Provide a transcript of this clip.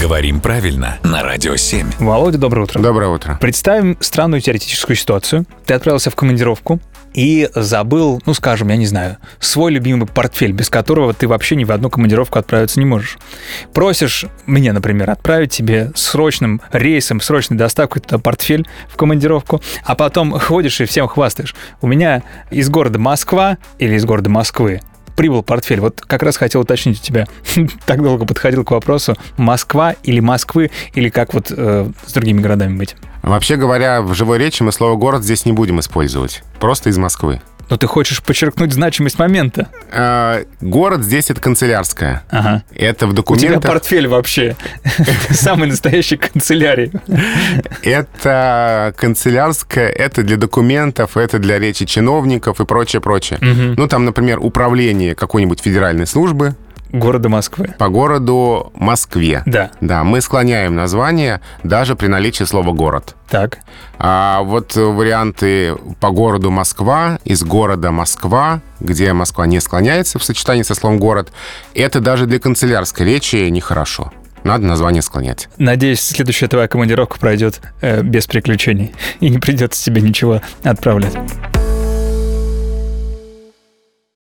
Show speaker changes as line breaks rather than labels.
Говорим правильно на Радио 7.
Володя, доброе утро.
Доброе утро.
Представим странную теоретическую ситуацию. Ты отправился в командировку и забыл, ну, скажем, я не знаю, свой любимый портфель, без которого ты вообще ни в одну командировку отправиться не можешь. Просишь меня, например, отправить тебе срочным рейсом, срочной доставкой туда портфель в командировку, а потом ходишь и всем хвастаешь. У меня из города Москва или из города Москвы прибыл портфель. Вот как раз хотел уточнить у тебя, так долго подходил к вопросу, Москва или Москвы, или как вот э, с другими городами быть.
Вообще говоря, в живой речи мы слово «город» здесь не будем использовать. Просто из Москвы.
Но ты хочешь подчеркнуть значимость момента.
Э, город здесь — это канцелярская.
Ага.
Это в
У тебя
документах,
портфель вообще. Самый настоящий канцелярий.
это канцелярская, это для документов, это для речи чиновников и прочее, прочее. Ну, там, например, управление какой-нибудь федеральной службы
Города Москвы.
по городу Москве.
Да,
Да, мы склоняем название даже при наличии слова «город».
так.
А вот варианты по городу Москва, из города Москва, где Москва не склоняется в сочетании со словом «город», это даже для канцелярской речи нехорошо. Надо название склонять.
Надеюсь, следующая твоя командировка пройдет э, без приключений. И не придется тебе ничего отправлять.